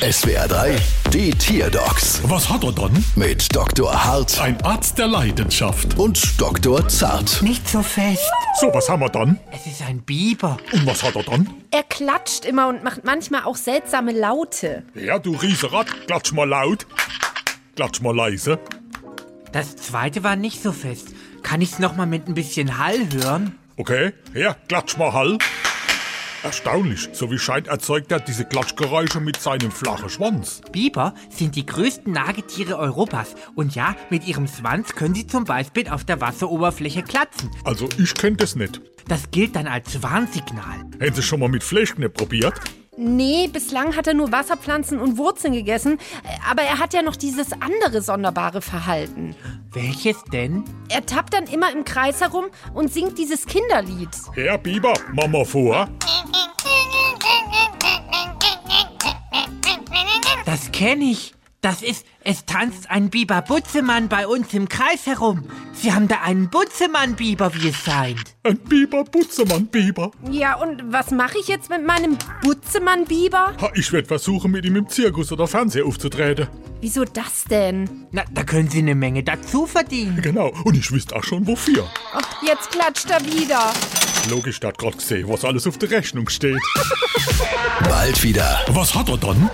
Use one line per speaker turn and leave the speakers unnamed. SWR 3, die Tierdocs
Was hat er dann?
mit Dr. Hart
Ein Arzt der Leidenschaft.
und Dr. Zart.
Nicht so fest.
So, was haben wir dann?
Es ist ein Biber.
Und was hat er dann?
Er klatscht immer und macht manchmal auch seltsame Laute.
Ja, du Rieserat, klatsch mal laut. Klatsch mal leise.
Das zweite war nicht so fest. Kann ich's noch mal mit ein bisschen Hall hören?
Okay, her, klatsch mal Hall. Erstaunlich, so wie scheint erzeugt er diese Klatschgeräusche mit seinem flachen Schwanz.
Biber sind die größten Nagetiere Europas. Und ja, mit ihrem Schwanz können sie zum Beispiel auf der Wasseroberfläche klatzen.
Also ich kenn das nicht.
Das gilt dann als Warnsignal.
Hätten Sie schon mal mit Fleischknepp probiert?
Nee, bislang hat er nur Wasserpflanzen und Wurzeln gegessen, aber er hat ja noch dieses andere sonderbare Verhalten.
Welches denn?
Er tappt dann immer im Kreis herum und singt dieses Kinderlied.
Herr Biber, Mama vor.
Das kenne ich. Das ist, es tanzt ein Biber Butzemann bei uns im Kreis herum. Sie haben da einen Butzemann-Biber, wie es scheint.
Ein Biber, Butzemann, Biber.
Ja, und was mache ich jetzt mit meinem Butzemann-Biber?
Ha, ich werd versuchen, mit ihm im Zirkus oder Fernseher aufzutreten.
Wieso das denn?
Na, da können Sie eine Menge dazu verdienen.
Genau, und ich wüsste auch schon wofür.
Ach, jetzt klatscht er wieder.
Logisch, der hat grad gesehen, was alles auf der Rechnung steht.
Bald wieder.
Was hat er dann?